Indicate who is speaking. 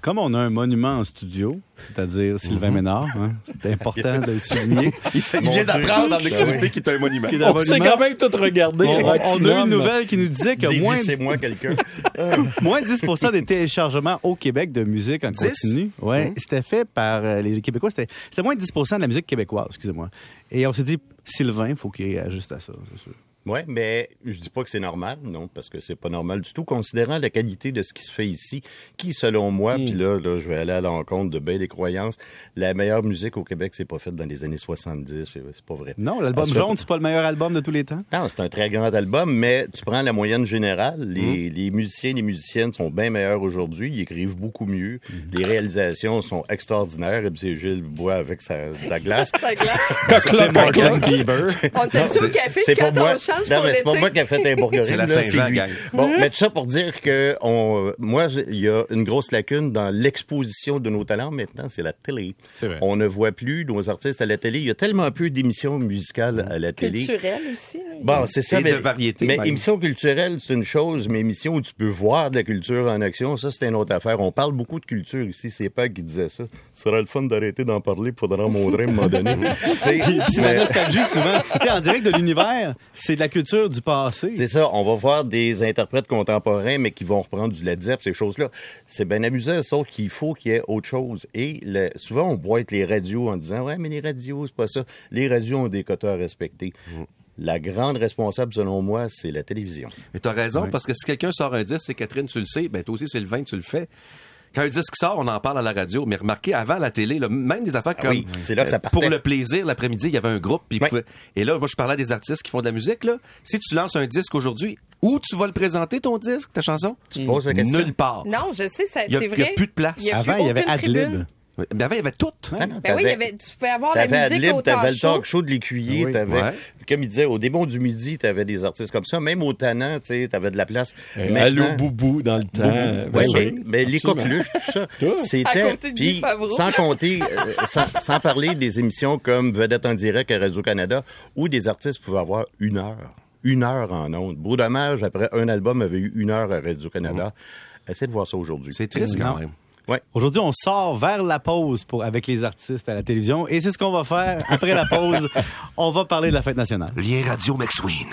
Speaker 1: comme on a un monument en studio, c'est-à-dire Sylvain Ménard, hein, c'est important de le souligner.
Speaker 2: Il, sait- il vient d'apprendre
Speaker 3: Ben
Speaker 2: dans l'activité qui est un monument.
Speaker 1: Qui est un
Speaker 4: On s'est
Speaker 1: monument.
Speaker 4: quand même tout regardé.
Speaker 1: On, on a eu une
Speaker 4: Maximum.
Speaker 1: nouvelle qui nous disait que moins,
Speaker 2: c'est moi quelqu'un.
Speaker 1: moins 10 des téléchargements au Québec de musique en
Speaker 2: 10?
Speaker 1: continu, ouais, c'était fait par euh, les Québécois. C'était c'était moins 10 de la musique québécoise, excusez-moi. Et on s'est dit, Sylvain, faut qu'il ajuste à ça, c'est sûr.
Speaker 3: Oui, mais je dis pas que c'est normal, non, parce que c'est pas normal du tout, considérant la qualité de ce qui se fait ici, qui, selon moi, puis là, là, je vais aller à l'encontre de bien des croyances, la meilleure musique au Québec, c'est pas faite dans les années 70, c'est c'est pas vrai.
Speaker 1: Non, l'album
Speaker 3: Parce que-
Speaker 1: jaune, c'est pas le meilleur album de tous les temps.
Speaker 3: Non, c'est un très grand album, mais tu prends la moyenne générale, les, les musiciens, les musiciennes sont bien meilleurs aujourd'hui, ils écrivent beaucoup mieux, les réalisations sont extraordinaires, et puis c'est Gilles boit avec sa, sa glace.
Speaker 5: Ça glace.
Speaker 4: Coq-là,
Speaker 1: C'était
Speaker 4: coq-là.
Speaker 1: Morgan Bieber.
Speaker 5: On t'a dit au café
Speaker 3: C'est
Speaker 5: quand
Speaker 3: pas moi.
Speaker 5: on change
Speaker 3: Non,
Speaker 5: pour
Speaker 3: mais c'est pas moi
Speaker 5: l'été. Mm-hmm.
Speaker 3: qui a fait un burgerine,
Speaker 2: C'est la
Speaker 3: là,
Speaker 2: Saint-Jean,
Speaker 3: lui.
Speaker 2: gang.
Speaker 3: Bon, mais tout ça pour dire que on, euh, moi, j'ai- il y a une grosse lacune dans l'exposition de nos talents maintenant, c'est la télé.
Speaker 1: C'est vrai.
Speaker 3: On ne voit plus nos artistes à la télé. Il y a tellement peu d'émissions musicales à la télé.
Speaker 5: Culturel aussi. là.
Speaker 3: Bon, c'est ça.
Speaker 2: Et de variété,
Speaker 3: Mais
Speaker 2: même.
Speaker 3: émission culturelle, c'est une chose, mais émission où tu peux voir de la culture en action, ça, c'est une autre affaire. On parle beaucoup de culture ici. C'est Peg qui disait ça. Ce serait le fun d'arrêter d'en parler pour faudra remonter à un moment donné. Tu sais,
Speaker 1: Puis, puis c'est la
Speaker 3: mais-
Speaker 1: nostalgie, souvent. Tu sais, en direct de l'univers, c'est de la culture du passé.
Speaker 3: C'est ça, on va voir des interprètes contemporains, mais qui vont reprendre du Led Zepp, ces choses-là. C'est bien amusant, sauf qu'il faut qu'il y ait autre chose. Et le- souvent, on boite les radios en disant, ouais, mais les radios, c'est pas ça. Les radios ont des quotas à respecter.
Speaker 5: Mm.
Speaker 3: La grande responsable, selon moi, c'est la télévision.
Speaker 2: Mais t'as raison, parce que si quelqu'un sort un disque, c'est Catherine, tu le sais, ben toi aussi, Sylvain, tu le fais. Quand un disque sort, on en parle à la radio, mais remarquez, avant la télé, là, même des affaires
Speaker 3: Ah
Speaker 2: comme...
Speaker 3: oui, c'est là que ça
Speaker 2: euh,
Speaker 3: partait.
Speaker 2: Pour le plaisir, l'après-midi, il y avait un groupe, puis ils
Speaker 3: Oui.
Speaker 2: pouvaient- Et là, moi, je parlais à des artistes qui font de la musique, là. Si tu lances un disque aujourd'hui, où tu vas le présenter, ton disque, ta chanson?
Speaker 3: Tu poses la question.
Speaker 2: Nulle part.
Speaker 5: Non, je sais, ça-
Speaker 2: Il y a-
Speaker 5: c'est
Speaker 2: il y a
Speaker 5: vrai.
Speaker 2: plus de place.
Speaker 5: a
Speaker 1: Avant,
Speaker 5: plus
Speaker 1: il y avait
Speaker 5: aucune
Speaker 1: Adlib.
Speaker 5: tribune.
Speaker 2: Oui, Mais avant, il y avait tout.
Speaker 3: Ah non,
Speaker 5: Ben oui, il y
Speaker 3: t'avais-
Speaker 5: avait, tu pouvais avoir la
Speaker 3: T'avais
Speaker 5: musique
Speaker 3: Adlib,
Speaker 5: au
Speaker 3: t'avais
Speaker 5: talk
Speaker 3: le talk
Speaker 5: show.
Speaker 3: show de l'écuyer,
Speaker 1: Oui.
Speaker 3: t'avais,
Speaker 2: Ouais.
Speaker 3: comme il disait, au démon du midi, t'avais des artistes comme ça, même au Tannant, tu sais, t'avais de la place.
Speaker 4: Euh,
Speaker 3: Maintenant-
Speaker 4: Allô, boubou, dans le temps. Euh,
Speaker 3: Oui,
Speaker 4: ben
Speaker 3: oui, mais les
Speaker 4: absolument.
Speaker 3: coqueluches, tout ça,
Speaker 4: Tout.
Speaker 5: À
Speaker 3: c'était...
Speaker 5: côté de Guy
Speaker 3: Puis,
Speaker 5: Favreau.
Speaker 3: sans compter, euh, sans, sans parler des émissions comme Vedette en direct à Radio-Canada, où des artistes pouvaient avoir une heure, une heure en ondes. Beau dommage, après un album avait eu une heure à Radio-Canada. Essayez de voir ça aujourd'hui.
Speaker 2: C'est triste, quand
Speaker 1: Non.
Speaker 2: même.
Speaker 1: Aujourd'hui, on sort vers la pause pour, avec les artistes à la télévision. Et c'est ce qu'on va faire après la pause. On va parler de la fête nationale.
Speaker 2: Lien Radio Max Win.